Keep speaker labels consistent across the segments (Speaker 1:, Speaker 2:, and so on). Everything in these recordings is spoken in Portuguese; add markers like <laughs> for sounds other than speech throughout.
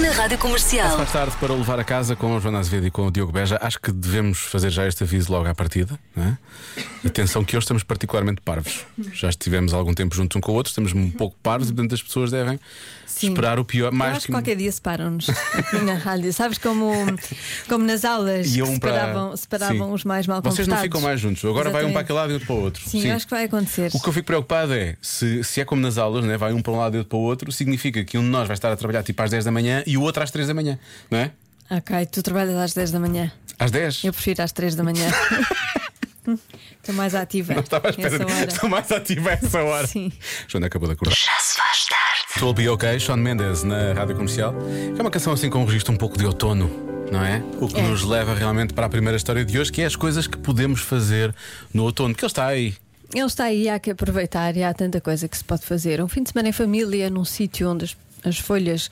Speaker 1: na rádio comercial.
Speaker 2: Mais tarde, para o levar a casa com a Joana Azevedo e com o Diogo Beja, acho que devemos fazer já este aviso logo à partida. Não é? Atenção, que hoje estamos particularmente parvos. Já estivemos algum tempo juntos um com o outro, estamos um pouco parvos e, portanto, as pessoas devem
Speaker 3: Sim.
Speaker 2: esperar o pior.
Speaker 3: Eu
Speaker 2: Mais
Speaker 3: acho que qualquer dia separam-nos
Speaker 2: <laughs>
Speaker 3: aqui na rádio. Sabes como, como nas aulas que
Speaker 2: Iam para-
Speaker 3: separavam, separavam
Speaker 2: Sim.
Speaker 3: os mais mal
Speaker 2: Vocês não ficam mais juntos, agora vai um para
Speaker 3: Exatamente.
Speaker 2: aquele lado e outro para o outro.
Speaker 3: Sim, eu acho que vai acontecer.
Speaker 2: O que eu fico preocupado é se, se é como nas aulas, né? vai um para um lado e outro para o outro, significa que um de nós vai estar a trabalhar tipo às 10 da manhã e o outro às 3 da manhã, não é?
Speaker 3: Ok, tu trabalhas às 10 da manhã.
Speaker 2: Às 10?
Speaker 3: Eu prefiro às 3 da manhã. Estou mais ativa.
Speaker 2: Não <laughs> estava à espera.
Speaker 3: essa hora.
Speaker 2: Estou mais ativa a essa hora.
Speaker 3: Sim.
Speaker 2: Joana acabou de acordar. Já se faz tarde. Tull Be OK, Sean Mendes na rádio comercial. É uma canção assim com um registro um pouco de outono, não é? O que
Speaker 3: É.
Speaker 2: nos leva realmente para a primeira história de hoje, que é as coisas que podemos fazer no outono, que ele está aí.
Speaker 3: Ele está aí, há que aproveitar e há tanta coisa que se pode fazer. Um fim de semana em família, num sítio onde as, as folhas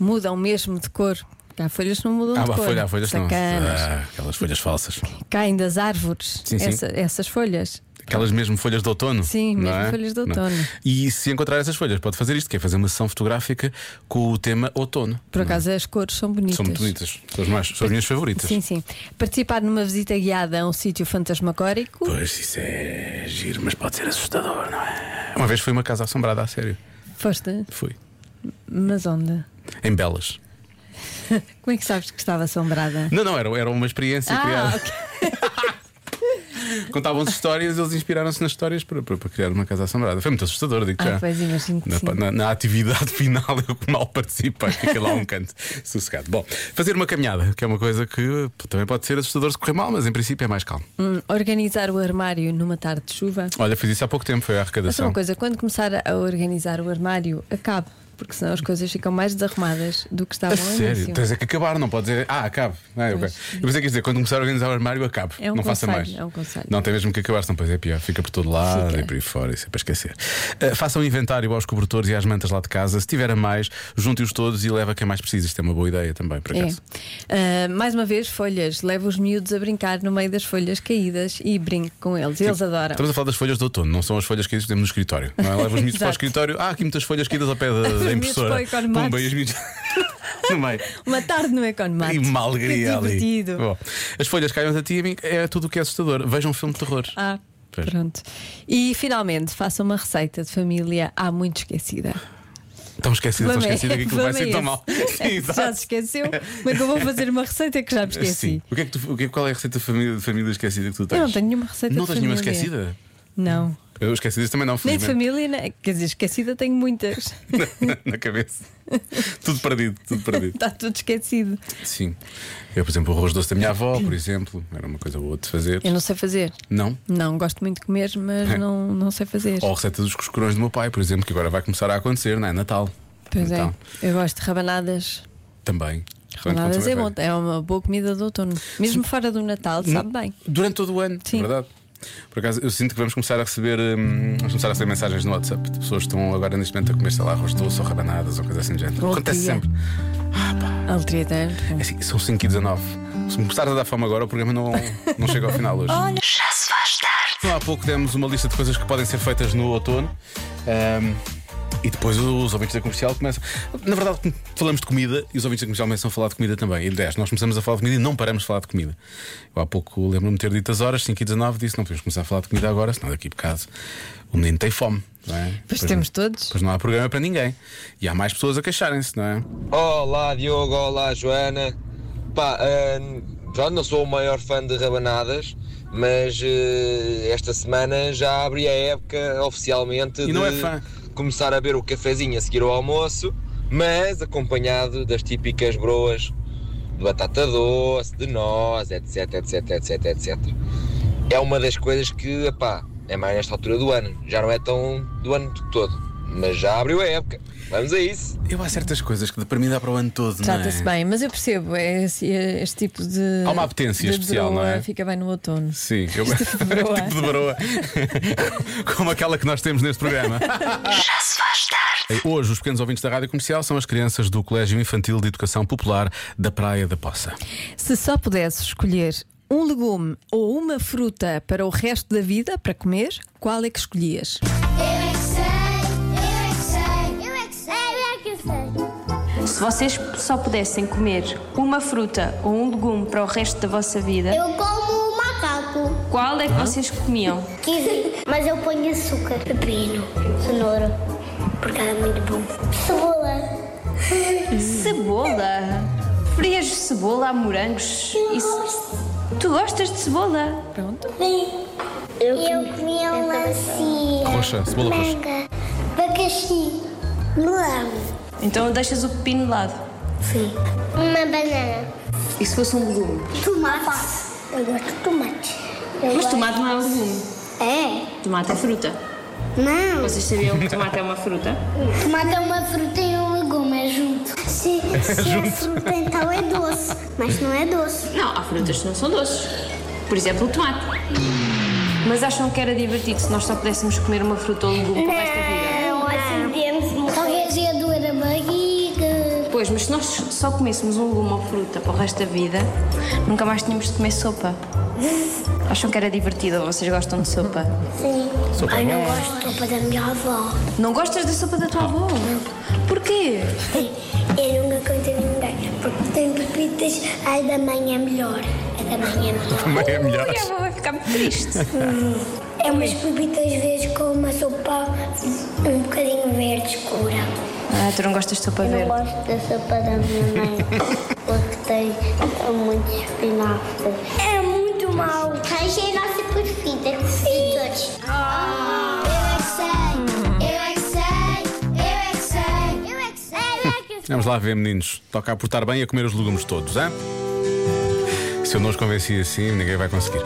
Speaker 3: mudam mesmo de cor. Cá Há folhas que não mudam
Speaker 2: Ah,
Speaker 3: de
Speaker 2: há
Speaker 3: cor.
Speaker 2: folha, há folhas que não.
Speaker 3: Sacanas.
Speaker 2: Ah, aquelas folhas falsas.
Speaker 3: Caem das árvores
Speaker 2: Sim, sim.
Speaker 3: essa- essas folhas.
Speaker 2: Aquelas mesmo folhas de outono?
Speaker 3: Sim,
Speaker 2: não é?
Speaker 3: mesmo folhas de
Speaker 2: Não.
Speaker 3: outono.
Speaker 2: E se encontrar essas folhas, pode fazer isto, que é fazer uma sessão fotográfica com o tema outono.
Speaker 3: Por acaso as cores são bonitas.
Speaker 2: Hum. São muito bonitas, são as, mais, são as minhas favoritas.
Speaker 3: Sim, sim. Participar numa visita guiada a um sítio fantasmagórico.
Speaker 2: Pois isso é giro, mas pode ser assustador, não é? Uma vez fui a uma casa assombrada, a sério.
Speaker 3: Foste,
Speaker 2: Fui.
Speaker 3: mas onde?
Speaker 2: Em Belas.
Speaker 3: Como é que sabes que estava assombrada?
Speaker 2: Não, não, era, era uma experiência
Speaker 3: Ah,
Speaker 2: criada.
Speaker 3: ok.
Speaker 2: Contavam-se histórias eles inspiraram-se nas histórias para, para- para criar uma casa assombrada. Foi muito assustador, digo
Speaker 3: Ah,
Speaker 2: já.
Speaker 3: pois, imagino que
Speaker 2: na,
Speaker 3: sim.
Speaker 2: na- na atividade <laughs> final eu mal participei, fiquei lá a um canto sossegado. Bom, fazer uma caminhada, que é uma coisa que também pode ser assustador se correr mal, mas em princípio é mais calmo.
Speaker 3: Hum, organizar o armário numa tarde de chuva.
Speaker 2: Olha, fiz isso há pouco tempo, foi a
Speaker 3: Mas só
Speaker 2: arrecadação.
Speaker 3: uma coisa, quando começar a organizar o armário, acabe, porque senão as coisas ficam mais desarrumadas do que
Speaker 2: A
Speaker 3: estavam no
Speaker 2: sério,
Speaker 3: início.
Speaker 2: tens é que acabar, não pode dizer, ah, acabo. Ah, ok.
Speaker 3: Pois.
Speaker 2: Eu pensei que ia dizer, quando começar a organizar o armário, acabo.
Speaker 3: É um
Speaker 2: não faça
Speaker 3: conselho,
Speaker 2: mais.
Speaker 3: é um conselho.
Speaker 2: Não, tem mesmo que acabar, senão depois é pior. Fica por todo lado
Speaker 3: Fica.
Speaker 2: e por aí fora, isso é para esquecer. Ah, faça um inventário aos cobertores e às mantas lá de casa. Se tiver a mais, junte-os todos e leva quem mais precisa. Isto é uma boa ideia também, por
Speaker 3: É.
Speaker 2: acaso.
Speaker 3: Ah, mais uma vez, folhas. Leva os miúdos a brincar no meio das folhas caídas e brinque com eles. Eles adoram.
Speaker 2: Estamos a falar das folhas de outono, não são as folhas caídas que temos no escritório. Não é? Leva os miúdos para o
Speaker 3: Exato.
Speaker 2: escritório. Ah, aqui muitas folhas caídas ao pé da,
Speaker 3: miúdos
Speaker 2: da
Speaker 3: para o
Speaker 2: impressora.
Speaker 3: Economax.
Speaker 2: Pumba, e os miúdos. <laughs> no meio.
Speaker 3: Uma tarde no Economato.
Speaker 2: E uma alegria
Speaker 3: que
Speaker 2: ali.
Speaker 3: é divertido.
Speaker 2: Bom, as folhas caiam a ti e a mim é tudo o que é assustador. Vejam um filme de terror.
Speaker 3: Ah,
Speaker 2: Pois.
Speaker 3: pronto. E finalmente, faça uma receita de família há muito
Speaker 2: <laughs>
Speaker 3: esquecida.
Speaker 2: Tão esquecida, tão
Speaker 3: Problema é-
Speaker 2: esquecida que aquilo vai
Speaker 3: problema
Speaker 2: ser
Speaker 3: é
Speaker 2: tão
Speaker 3: <laughs>
Speaker 2: mal.
Speaker 3: esse.
Speaker 2: Sim,
Speaker 3: Já se esqueceu? Como é que eu vou fazer uma receita que já me esqueci?
Speaker 2: Sim. O que é que tu, o que, é- qual é a receita de família, de família esquecida que tu tens?
Speaker 3: Eu não tenho nenhuma receita
Speaker 2: Não
Speaker 3: de
Speaker 2: tens nenhuma
Speaker 3: família.
Speaker 2: esquecida?
Speaker 3: Não.
Speaker 2: Eu esquecidas também não,
Speaker 3: Nem de
Speaker 2: felizmente.
Speaker 3: família, nem... quer dizer, esquecida tenho muitas.
Speaker 2: <laughs>
Speaker 3: <laughs>
Speaker 2: na, na cabeça. tudo perdido,
Speaker 3: <laughs>
Speaker 2: tudo perdido.
Speaker 3: Está tudo esquecido.
Speaker 2: Sim. Eu, por exemplo, o arroz doce da minha avó, por exemplo, era uma coisa boa de fazer.
Speaker 3: Eu não sei fazer.
Speaker 2: Não.
Speaker 3: Não, gosto muito de comer, mas
Speaker 2: É.
Speaker 3: não, não sei fazer.
Speaker 2: Ou a receita dos coscorões do meu pai, por exemplo, que agora vai começar a acontecer, não é? Natal.
Speaker 3: pois
Speaker 2: Então,
Speaker 3: é. Eu gosto de rabanadas.
Speaker 2: Também.
Speaker 3: Rabanadas é
Speaker 2: Também
Speaker 3: bom, é uma boa comida de outono. Mesmo fora do Natal, sabe bem.
Speaker 2: Hum? Durante todo o ano,
Speaker 3: Sim.
Speaker 2: é verdade. Por acaso, eu sinto que vamos começar a receber hum, vamos começar a receber mensagens no WhatsApp de pessoas que estão agora neste momento a comer, sei lá, arroz doce ou rabanadas ou coisa assim do género.
Speaker 3: Bom
Speaker 2: Acontece
Speaker 3: dia.
Speaker 2: sempre.
Speaker 3: Alegria tem.
Speaker 2: É assim, são 5 e 19 Se me começar a dar fome agora, o programa não, não chega ao
Speaker 1: <laughs>
Speaker 2: final hoje.
Speaker 3: Olha.
Speaker 1: Já se faz tarde.
Speaker 2: Há pouco demos uma lista de coisas que podem ser feitas no outono. hum, e depois os ouvintes da comercial começam. Na verdade, falamos de comida e os ouvintes da comercial começam a falar de comida também. E aliás, nós começamos a falar de comida e não paramos de falar de comida. Eu há pouco lembro-me de ter dito as horas, 5 e 19 disse: não podemos começar a falar de comida agora, senão daqui por causa o menino tem fome. Não é?
Speaker 3: Pois temos todos.
Speaker 2: Pois não há programa para ninguém. E há mais pessoas a queixarem-se, não é?
Speaker 4: Olá Diogo, olá Joana. Pá, ahn, pronto, não sou o maior fã de rabanadas, mas eh, esta semana já abri a época oficialmente
Speaker 2: E
Speaker 4: de
Speaker 2: não é fã.
Speaker 4: começar a beber o cafezinho a seguir ao almoço, mas acompanhado das típicas broas de batata doce, de noz, etc, etc, etc, etc. É uma das coisas que, pá, é mais nesta altura do ano, já não é tão do ano todo. mas já abriu a época. Vamos a isso.
Speaker 2: Eu há certas coisas que para mim dá para o ano todo, não é?
Speaker 3: Trata-se bem, mas eu percebo, é esse- é este tipo de.
Speaker 2: Há uma apetência
Speaker 3: de
Speaker 2: especial,
Speaker 3: broa,
Speaker 2: não é?
Speaker 3: Fica bem no outono.
Speaker 2: Sim, eu
Speaker 3: Tipo de broa.
Speaker 2: <laughs> tipo de broa. Como aquela que nós temos neste programa.
Speaker 1: Já se faz tarde.
Speaker 2: Hoje, os pequenos ouvintes da Rádio Comercial são as crianças do Colégio Infantil de Educação Popular da Praia da Poça.
Speaker 3: Se só pudesse escolher um legume ou uma fruta para o resto da vida para comer, qual é que escolhias?
Speaker 5: Eu é que sei, eu é que sei, eu é que sei, eu é que sei.
Speaker 6: Se vocês só pudessem comer uma fruta ou um legume para o resto da vossa vida,
Speaker 5: Eu como um macaco,
Speaker 6: qual é que vocês comiam?
Speaker 5: kiwi, mas eu ponho açúcar, pepino, cenoura, porque é muito bom. Cebola,
Speaker 6: Cebola! Frias de cebola a morangos. Isso. Tu gostas de cebola?
Speaker 5: bem. Eu, comia melancia,
Speaker 2: Roxa, cebola roxa.
Speaker 5: manga, abacaxi, melão.
Speaker 6: Então deixas o pepino de lado.
Speaker 5: Sim. Uma banana.
Speaker 6: E se fosse um legume?
Speaker 5: Tomate. Eu gosto de tomate.
Speaker 6: Mas tomate não é um legume.
Speaker 5: É?
Speaker 6: Tomate é fruta.
Speaker 5: Não.
Speaker 6: Vocês sabiam que tomate é uma fruta?
Speaker 5: Tomate é uma fruta e um legume, é junto. Se, se <laughs> é fruta, então é doce. Mas não é doce.
Speaker 6: Não, há frutas que não são doces. Por exemplo, o tomate. Mas acham que era divertido se nós só pudéssemos comer uma fruta ou um legume para o resto da vida?
Speaker 5: assim podemos morrer. Talvez ia doer a barriga.
Speaker 6: Pois, mas se nós só comêssemos um legume ou fruta para o resto da vida, nunca mais tínhamos de comer sopa. Acham que era divertido ou vocês gostam de sopa?
Speaker 5: Sim. Ai, não gosto de sopa da minha avó.
Speaker 6: Não gostas da sopa da tua avó? Porquê?
Speaker 5: Eu nunca contei a ninguém. Porque tem pepitas. Ai, da mãe é melhor. A da mãe é melhor.
Speaker 2: Também é melhor.
Speaker 6: Porque a avó vai ficar muito triste.
Speaker 5: É umas pepitas verdes com uma sopa um bocadinho verde escura.
Speaker 6: Ah, tu não gostas de sopa verde?
Speaker 5: gosto da sopa da minha mãe, <laughs> porque tem muitos espinafres. É muito mau. Ranja é a nossa preferida de todos. Eu é que sei, eu é que sei, eu é que sei, eu é que sei, eu é que sei.
Speaker 2: Vamos lá ver, meninos. Toca a portar bem e a comer os legumes todos, hã? Se eu não os convenci assim, ninguém vai conseguir.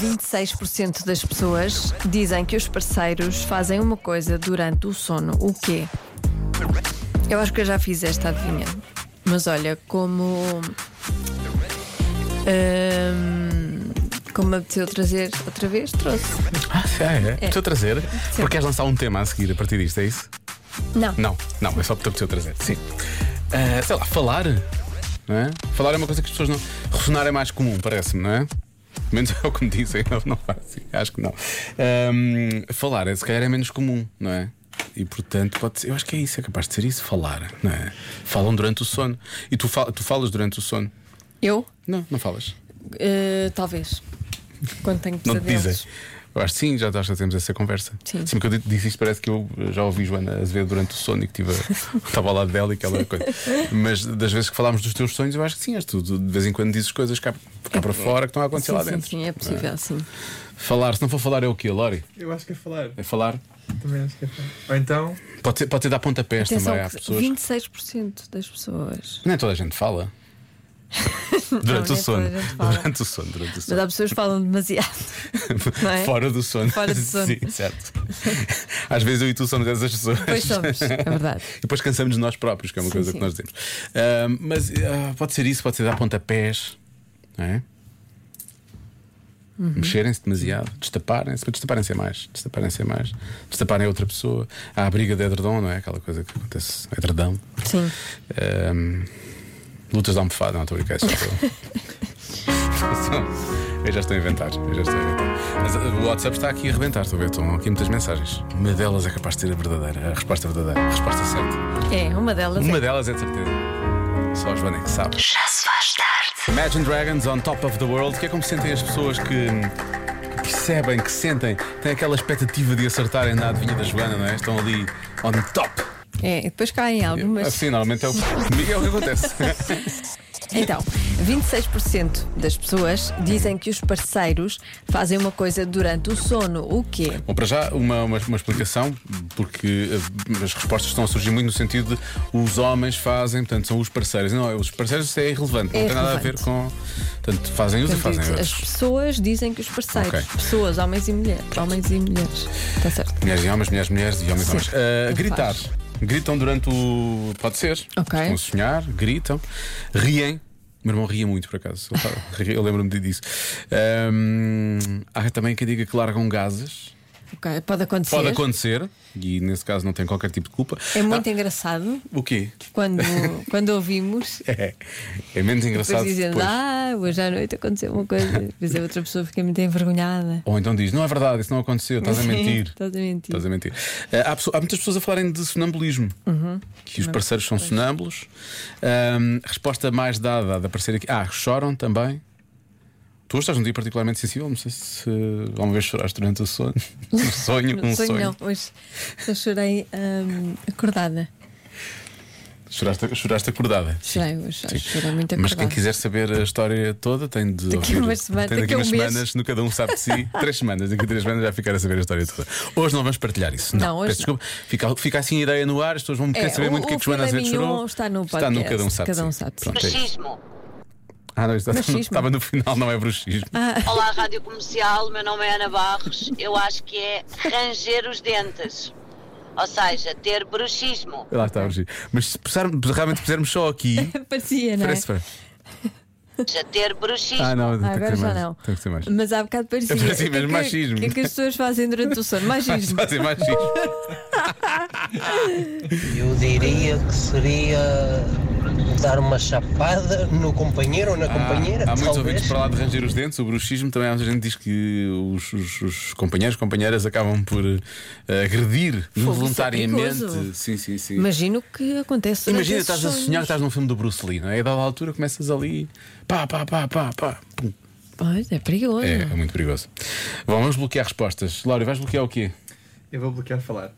Speaker 3: 26% das pessoas dizem que os parceiros fazem uma coisa durante o sono. O quê? Eu acho que eu já fiz esta adivinha. Mas olha, como. hum, como me apeteceu trazer outra vez, trouxe.
Speaker 2: Ah, é? é. Teu trazer? Porque queres lançar um tema a seguir a partir disto, é isso?
Speaker 3: Não.
Speaker 2: Não, não, é só porque te apeteceu trazer. Sim. Ah, sei lá, falar. Não é? Falar é uma coisa que as pessoas não. Ressonar é mais comum, parece-me, não é? Pelo Menos é o que me dizem, <laughs> eu não faço, acho que não. Ahm, falar, é, se calhar, é menos comum, não é? E portanto, pode ser, eu acho que é isso, é capaz de ser isso, falar, não é? Falam durante o sono. E tu, fal- tu falas durante o sono?
Speaker 3: Eu?
Speaker 2: Não, não falas.
Speaker 3: Eh, talvez. Quando tenho
Speaker 2: Não te
Speaker 3: pesadelos.
Speaker 2: dizem. Eu acho que sim, já, já temos essa conversa.
Speaker 3: Sim.
Speaker 2: Sempre que eu disse isto, parece que eu já ouvi Joana Azevedo durante o sono e que tive,
Speaker 3: <laughs>
Speaker 2: estava ao lado dela e aquela coisa. Mas das vezes que falámos dos teus sonhos, eu acho que sim, és tu. De vez em quando dizes coisas cá, cá para fora que estão a
Speaker 3: É
Speaker 2: acontecer
Speaker 3: Sim,
Speaker 2: lá
Speaker 3: sim,
Speaker 2: dentro.
Speaker 3: sim, é possível, sim.
Speaker 2: Falar, se não for falar, é o quê, Lori?
Speaker 7: Eu acho que é falar.
Speaker 2: É falar?
Speaker 7: Também acho que é falar. Ou então.
Speaker 2: Pode ser, pode ser dar pontapés
Speaker 3: Atenção,
Speaker 2: também às
Speaker 3: que
Speaker 2: pessoas.
Speaker 3: 26% das pessoas.
Speaker 2: Nem toda a gente fala.
Speaker 3: <laughs> nem
Speaker 2: Durante
Speaker 3: toda
Speaker 2: o
Speaker 3: a
Speaker 2: sono.
Speaker 3: gente fala.
Speaker 2: Durante o sono, durante o
Speaker 3: Mas
Speaker 2: sono.
Speaker 3: há pessoas que falam demasiado. <laughs> não é?
Speaker 2: Fora do sono.
Speaker 3: Fora do sono.
Speaker 2: <laughs> Sim,
Speaker 3: <laughs>
Speaker 2: certo. Às vezes eu e tu somos essas pessoas.
Speaker 3: Pois somos, é verdade.
Speaker 2: E depois cansamos de nós próprios, que é uma
Speaker 3: Sim,
Speaker 2: coisa
Speaker 3: sim.
Speaker 2: que nós dizemos. Ahm, mas ah, pode ser isso, pode ser dar pontapés, não é?
Speaker 3: Uhum.
Speaker 2: Mexerem-se demasiado, destaparem-se, mas destaparem-se é mais, destaparem-se é mais, destaparem a outra pessoa, a abriga de edredom, não é? Aquela coisa que acontece, edredão.
Speaker 3: Sim.
Speaker 2: Ahm, lutas de almofada, não estou a brincar, isso
Speaker 3: <laughs>
Speaker 2: é Eu já estou a inventar, eu já estou a inventar. Mas ah, o WhatsApp está aqui a arrebentar, estou a ver, estão aqui muitas mensagens. Uma delas é capaz de ser a verdadeira, a resposta verdadeira, a resposta certa.
Speaker 3: É, uma delas.
Speaker 2: Uma delas é de certeza. Só a Joana é que sabe.
Speaker 1: Já se faz tarde.
Speaker 2: Imagine Dragons on top of the world, que é como sentem as pessoas que que percebem, que sentem, têm aquela expectativa de acertarem na adivinha da Joana, não é? Estão ali on top.
Speaker 3: É, e depois caem
Speaker 1: <laughs>
Speaker 3: algumas.
Speaker 2: Assim, normalmente é o, é o que acontece.
Speaker 3: Então, 26% das pessoas dizem que os parceiros fazem uma coisa durante o sono. O quê?
Speaker 2: Bom, para já, uma, uma, uma explicação, porque eh, as respostas estão a surgir muito no sentido de os homens fazem, portanto, são os parceiros. Não, os parceiros isso é irrelevante, não
Speaker 3: É
Speaker 2: tem nada a ver
Speaker 3: irrelevante.
Speaker 2: com. Portanto, fazem os e fazem
Speaker 3: Portanto, as
Speaker 2: outros.
Speaker 3: pessoas dizem que os parceiros.
Speaker 2: Ok.
Speaker 3: Pessoas, homens e mulheres. Homens e mulheres. Está certo.
Speaker 2: Mulheres e homens, mulheres, mulheres e homens e
Speaker 3: Sim,
Speaker 2: homens. Ah,
Speaker 3: não
Speaker 2: gritar.
Speaker 3: faz.
Speaker 2: Gritam durante o. Pode ser.
Speaker 3: Ok.
Speaker 2: Estão a sonhar, gritam. Riem. Meu irmão ria muito, por acaso. Ele fala-
Speaker 3: <laughs>
Speaker 2: ri- Eu lembro-me disso. Ahm, há também quem diga que largam gases.
Speaker 3: Ok, Pode acontecer.
Speaker 2: Pode acontecer. E nesse caso não tem qualquer tipo de culpa.
Speaker 3: É muito
Speaker 2: Ah,
Speaker 3: engraçado
Speaker 2: O quê? <laughs>
Speaker 3: quando, quando ouvimos.
Speaker 2: É, é menos
Speaker 3: Depois
Speaker 2: engraçado.
Speaker 3: dizendo,
Speaker 2: depois.
Speaker 3: ah, hoje à noite aconteceu uma
Speaker 2: <laughs>
Speaker 3: coisa, mas a outra pessoa fica muito envergonhada.
Speaker 2: Ou então diz: Não é verdade, isso não aconteceu, estás a
Speaker 3: Sim, tá
Speaker 2: mentir.
Speaker 3: Estás a mentir.
Speaker 2: Estás a mentir. Ah, há, pessoa- há muitas pessoas a falarem de sonambulismo.
Speaker 3: Uhum.
Speaker 2: Que os parceiros são sonâmbulos. Ahm, resposta mais dada de aparecer aqui. Ah, choram também. Tu hoje estás num dia particularmente sensível, não sei se alguma vez choraste durante
Speaker 3: <laughs>
Speaker 2: o sono. Um sonho, um
Speaker 3: sonho,
Speaker 2: sonho.
Speaker 3: não, hoje só chorei hum, acordada.
Speaker 2: Choraste, choraste acordada.
Speaker 3: Chorei hoje,
Speaker 2: Sim.
Speaker 3: acho que chorei muito acordada.
Speaker 2: Mas quem quiser saber a história toda tem de
Speaker 3: Daqui a
Speaker 2: ouvir.
Speaker 3: umas semanas,
Speaker 2: tem
Speaker 3: daqui
Speaker 2: daqui
Speaker 3: a um
Speaker 2: umas
Speaker 3: mês.
Speaker 2: semanas, no cada um sabe
Speaker 3: <laughs>
Speaker 2: de si. três semanas, daqui a três semanas vai ficar a saber a história toda. Hoje não vamos partilhar isso. Não,
Speaker 3: Não, hoje
Speaker 2: Peço
Speaker 3: não.
Speaker 2: desculpa. Fica, fica assim a ideia no ar, as pessoas vão querer saber
Speaker 3: o-
Speaker 2: muito o que é
Speaker 3: o
Speaker 2: que Joana
Speaker 3: filé
Speaker 2: Azevedo
Speaker 3: mignon
Speaker 2: chorou.
Speaker 3: está no
Speaker 2: está no
Speaker 3: podcast,
Speaker 2: cada um sabe. de
Speaker 3: Cada Um Sabe de Si.
Speaker 2: Si. Pronto, é isso.
Speaker 8: Machismo.
Speaker 2: Ah, não, <laughs> está,
Speaker 3: Machismo.
Speaker 2: estava no final, não é bruxismo.
Speaker 3: Ah.
Speaker 8: Olá, Rádio Comercial. Meu nome é Ana Barros. Eu acho que é ranger os dentes. Ou seja, ter bruxismo.
Speaker 2: Lá está bruxismo. Mas se pesar- realmente pusermos só aqui.
Speaker 3: Parecia, <laughs> não é?
Speaker 2: parece bem.
Speaker 8: Já ter bruxismo.
Speaker 2: Ah, não,
Speaker 3: Ah,
Speaker 2: tem
Speaker 3: agora
Speaker 2: que ser
Speaker 3: já
Speaker 2: mais.
Speaker 3: não.
Speaker 2: Tem que ser mais.
Speaker 3: Mas há
Speaker 2: <laughs>
Speaker 3: bocado parecia.
Speaker 2: Parecia
Speaker 3: O que
Speaker 2: mesmo
Speaker 3: é que-
Speaker 2: machismo.
Speaker 3: O que é que as pessoas fazem durante o
Speaker 2: <laughs>
Speaker 3: sono? Machismo. <laughs>
Speaker 2: Fazer machismo.
Speaker 9: Eu diria que seria dar uma chapada no companheiro
Speaker 10: Ah.
Speaker 9: ou na companheira.
Speaker 2: Há muitos
Speaker 9: talvez.
Speaker 2: ouvintes para lá de ranger os dentes, o bruxismo também há muita gente que diz que os, os- os companheiros, companheiras acabam por eh, agredir involuntariamente.
Speaker 3: isso é perigoso.
Speaker 2: sim, sim, sim.
Speaker 3: Imagino o que acontece. durante
Speaker 2: Imagina,
Speaker 3: esses
Speaker 2: estás a
Speaker 3: sonhos.
Speaker 2: sonhar que estás num filme do Bruce Lee, não é? E a dada altura começas ali, pá, pá, pá, pá, pá. pum.
Speaker 3: Pois, é perigoso.
Speaker 2: É, é muito perigoso. Bom, vamos bloquear respostas. Laura, vais bloquear o quê?
Speaker 7: Eu vou bloquear falar.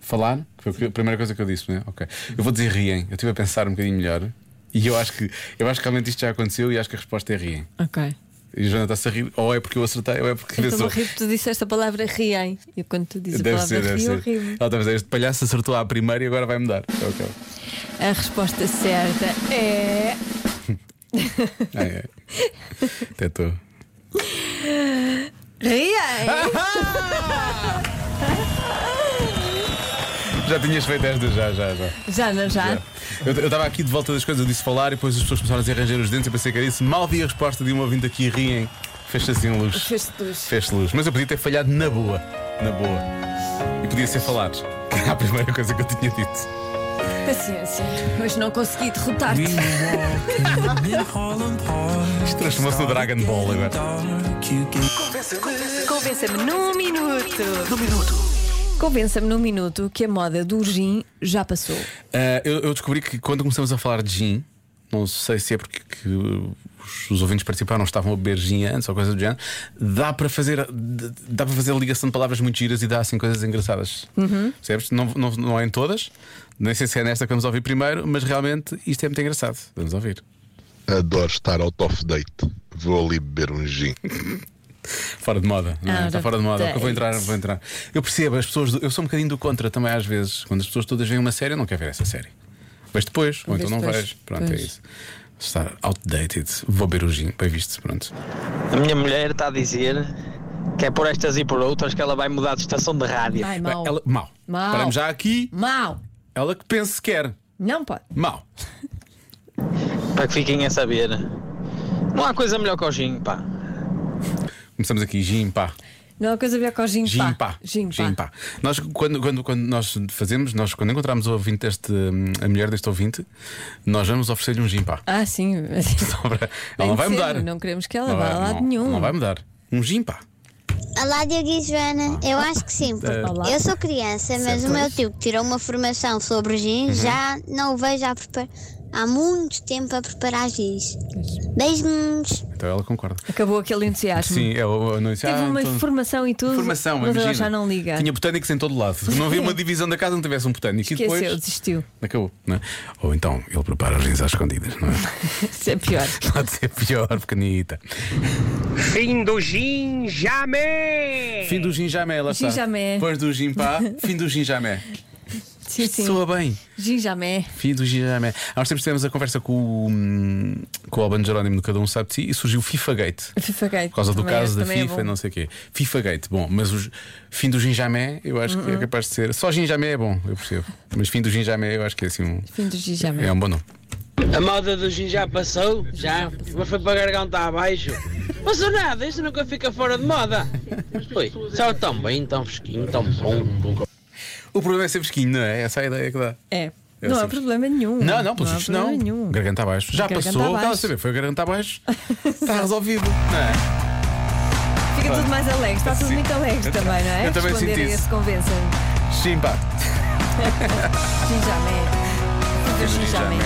Speaker 2: Falar? que Foi o que- a primeira coisa que eu disse, né? Ok. Eu vou dizer riem. Eu estive a pensar um bocadinho melhor e eu acho que, eu acho que realmente isto já aconteceu e acho que a resposta é riem.
Speaker 3: Ok.
Speaker 2: E a Joana está-se a rir, ou é porque eu acertei, ou é porque
Speaker 3: Eu estou
Speaker 2: pensou.
Speaker 3: a rir porque tu disseste a palavra riem. E quando tu dizes a
Speaker 2: Deve ser,
Speaker 3: palavra
Speaker 2: deve
Speaker 3: ri, eu
Speaker 2: ser.
Speaker 3: rio.
Speaker 2: Ela deve dizer, este palhaço acertou à primeira e agora vai mudar. Ok.
Speaker 3: <laughs> A resposta certa é.
Speaker 2: Ai, ai. Até estou. <laughs>
Speaker 3: Riem!
Speaker 2: Já tinhas feito esta, já, já, já.
Speaker 3: Já, não já?
Speaker 2: já. É. Eu eu estava aqui de volta das coisas, eu disse falar e depois as pessoas começaram a dizer arranjar os dentes. Eu pensei que era isso. Mal vi a resposta de uma ouvinte aqui riem. Fez-se assim luz.
Speaker 3: Fez-te luz.
Speaker 2: Fez-se luz. Mas eu podia ter falhado na boa. Na boa. E podia ser falar. <laughs> Que era a primeira coisa que eu tinha dito.
Speaker 3: Paciência. Hoje não consegui derrotar-te.
Speaker 2: Isto transformou-se no Dragon Ball agora.
Speaker 3: Convença-me num minuto. Num minuto. Convença-me num minuto que a moda do gin já passou.
Speaker 2: Ah, eu, eu descobri que quando começamos a falar de gin, não sei se é porque que os, os ouvintes participaram estavam a beber gin antes ou coisa do género, dá para fazer dá para fazer a ligação de palavras muito giras e dá assim coisas engraçadas. Percebes? Não, não, não é em todas, nem sei se é nesta que vamos ouvir primeiro, mas realmente isto é muito engraçado. Vamos ouvir.
Speaker 11: Adoro estar out of date. Vou ali beber um gin.
Speaker 2: Fora de moda, não é?
Speaker 3: Out
Speaker 2: está
Speaker 3: of
Speaker 2: fora de moda.
Speaker 3: date.
Speaker 2: Eu vou entrar, vou entrar. Eu percebo, as pessoas. do- eu sou um bocadinho do contra também às vezes. Quando as pessoas todas veem uma série, eu não quero ver essa série. Vês depois, ou
Speaker 3: Vês
Speaker 2: então não
Speaker 3: depois.
Speaker 2: vais. Pronto,
Speaker 3: Pois.
Speaker 2: é isso. Estar outdated, vou beber o gin, bem visto, pronto.
Speaker 12: A minha mulher está a dizer que é por estas e por outras que ela vai mudar de estação de rádio.
Speaker 3: Ai, mal.
Speaker 2: Ela, mal.
Speaker 3: Mau.
Speaker 2: Paramos já aqui,
Speaker 3: Mal.
Speaker 2: ela que pensa se quer.
Speaker 3: Não pode.
Speaker 2: Mal.
Speaker 12: Para que fiquem a saber. Não há coisa melhor que o gin, pá.
Speaker 2: Começamos aqui, gin, pá.
Speaker 3: Não há coisa melhor que o gin
Speaker 2: Gin
Speaker 3: pá.
Speaker 2: pá.
Speaker 3: Gin pá.
Speaker 2: Gin pá. Nós, quando, quando, quando nós fazemos, nós, quando encontramos o ouvinte deste, hum, a mulher deste ouvinte, nós vamos oferecer-lhe um gin pá. <laughs>
Speaker 3: Ah, sim.
Speaker 2: Só para-
Speaker 3: Tem
Speaker 2: Ela não
Speaker 3: que
Speaker 2: vai
Speaker 3: ser,
Speaker 2: mudar.
Speaker 3: não queremos que ela Ah, vá
Speaker 2: vai-
Speaker 3: a lado
Speaker 2: não-
Speaker 3: nenhum.
Speaker 2: Não vai mudar. Um gin, pá. Eh,
Speaker 5: Olá, Diogo e Joana. Eu acho que sim. porque
Speaker 3: Olá.
Speaker 5: Eu sou criança, mas o meu tio que tirou uma formação sobre
Speaker 11: Uhum.
Speaker 5: gin já não o vejo há, prepar... há muito tempo a preparar gins. Beijos!
Speaker 2: Então ela concorda.
Speaker 3: Acabou aquele entusiasmo.
Speaker 2: Sim, eu, eu não disse,
Speaker 3: Teve
Speaker 2: ah,
Speaker 3: uma
Speaker 2: então-
Speaker 3: formação e tudo.
Speaker 2: Formação,
Speaker 3: mas ela
Speaker 2: imagina.
Speaker 3: já não liga.
Speaker 2: Tinha um botânicos em todo lado. Não havia uma divisão da casa onde tivesse um botânico.
Speaker 3: Esqueceu,
Speaker 2: e depois
Speaker 3: desistiu. <laughs>
Speaker 2: acabou. Não é? Ou então ele prepara as às escondidas, não é?
Speaker 3: <laughs> Isso é pior.
Speaker 2: Pode ser pior, pequenita.
Speaker 13: Fim do ginjamé!
Speaker 2: Fim do ginjamé, lá está.
Speaker 3: Ginjamé.
Speaker 2: Depois do
Speaker 3: <laughs>
Speaker 2: gimpá, fim do ginjamé.
Speaker 3: Sim, sim.
Speaker 2: Soa bem.
Speaker 3: Ginjamé.
Speaker 2: Fim do ginjamé. Há uns tempos tivemos a conversa com, o, hum, com o Albano Jerónimo do Cada Um Sabe de Si e surgiu o FIFA Gate.
Speaker 3: FIFA Gate.
Speaker 2: Por causa do
Speaker 3: Também é-
Speaker 2: caso da
Speaker 3: também é
Speaker 2: FIFA,
Speaker 3: bom.
Speaker 2: não sei o quê. FIFA Gate, bom, mas o fim do ginjamé, eu acho que é
Speaker 3: Uhum.
Speaker 2: capaz de ser. Só ginjamé é bom, eu percebo. Mas fim do ginjamé, eu acho que é assim um.
Speaker 3: Fim do ginjamé.
Speaker 2: É um bom nome.
Speaker 10: A malda do gin já passou, já, mas foi para a garganta abaixo. Passou nada, isso nunca fica fora de moda. Ui, sabe tão bem, tão fresquinho, tão bom.
Speaker 2: O problema é ser fresquinho, não é? Essa é a ideia que dá.
Speaker 3: É.
Speaker 2: É
Speaker 3: não há
Speaker 2: assim.
Speaker 3: problema nenhum.
Speaker 2: Não, não, pelos
Speaker 3: Hum, há
Speaker 2: vistos
Speaker 3: problema
Speaker 2: não.
Speaker 3: nenhum.
Speaker 2: Garganta abaixo. Já
Speaker 3: Garganta
Speaker 2: passou, estava a
Speaker 3: abaixo.
Speaker 2: saber, foi garganta
Speaker 3: <laughs>
Speaker 2: abaixo. Está resolvido. Não é?
Speaker 3: Fica tudo mais alegre, está tudo
Speaker 2: Sim.
Speaker 3: muito alegre também, não é?
Speaker 2: Eu também
Speaker 3: Responder
Speaker 2: senti
Speaker 3: a
Speaker 2: isso.
Speaker 3: esse convençam.
Speaker 2: Chimpa.
Speaker 3: Ginjamé. Fica Ginjamé.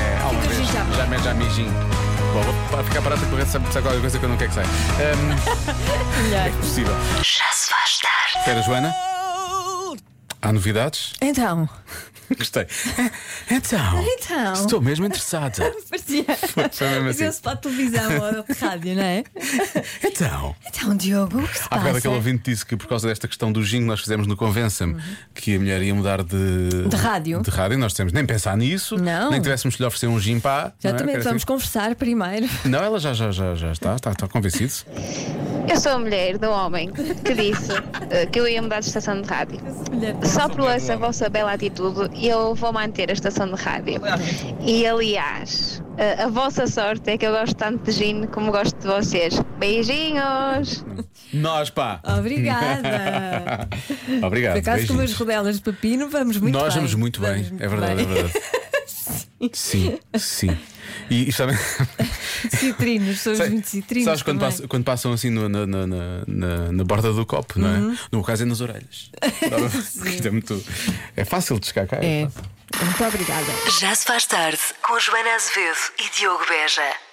Speaker 3: Fica Ginjamé.
Speaker 2: Jamé, jamijinho. Bom, vai ficar parado com essa sabe qualquer coisa que eu não quero que saia.
Speaker 3: <laughs>
Speaker 2: Ahm, é possível.
Speaker 1: Já se faz tarde.
Speaker 2: Espera, Joana. Há novidades?
Speaker 3: Então, <laughs>
Speaker 2: Gostei. Então.
Speaker 3: Então.
Speaker 2: Estou
Speaker 3: <laughs>
Speaker 2: mesmo interessada. <laughs>
Speaker 3: parecia.
Speaker 2: foi mesmo assim.
Speaker 3: Deu-se para a televisão ou rádio, não é?
Speaker 2: Então.
Speaker 3: Então, Diogo, o que se
Speaker 2: Há bocado aquele
Speaker 3: passa?
Speaker 2: ouvinte disse Ah, que por causa desta questão do gin que nós fizemos no Convença-me que a mulher ia mudar de,
Speaker 3: De rádio.
Speaker 2: De rádio, nós temos nem pensar nisso,
Speaker 3: Não.
Speaker 2: nem que tivéssemos que lhe oferecer um gin pá.
Speaker 3: Exatamente, vamos conversar
Speaker 2: <laughs>
Speaker 3: primeiro.
Speaker 2: Não, ela já, já, já, já está, está, está convencido.
Speaker 14: Eu sou a mulher do homem que disse eh, que eu ia mudar de estação de rádio. Só por essa vossa bela atitude, eu vou manter a estação de rádio. E aliás, eh, a vossa sorte é que eu gosto tanto de gin como gosto de vocês. Beijinhos!
Speaker 2: Nós, pá.
Speaker 3: Obrigada.
Speaker 2: <laughs> Obrigado.
Speaker 3: Por acaso, com umas
Speaker 2: beijinhos.
Speaker 3: rodelas de pepino, vamos muito
Speaker 2: Nós
Speaker 3: bem.
Speaker 2: vamos muito bem, é verdade,
Speaker 3: <laughs>
Speaker 2: é verdade. Sim, sim. E, e sabe-
Speaker 3: <laughs> Citrinos, somos
Speaker 2: Sei-
Speaker 3: muito citrinos.
Speaker 2: sabes quando,
Speaker 3: também.
Speaker 2: passa- quando passam assim no- na, na, na, na- na borda do copo, não é?
Speaker 3: Uhum.
Speaker 2: No caso é
Speaker 3: <laughs>
Speaker 2: nas orelhas. Isto é, muito- é fácil de descacar.
Speaker 3: É. Muito obrigada.
Speaker 1: Já se faz tarde com Joana Azevedo e Diogo Beja.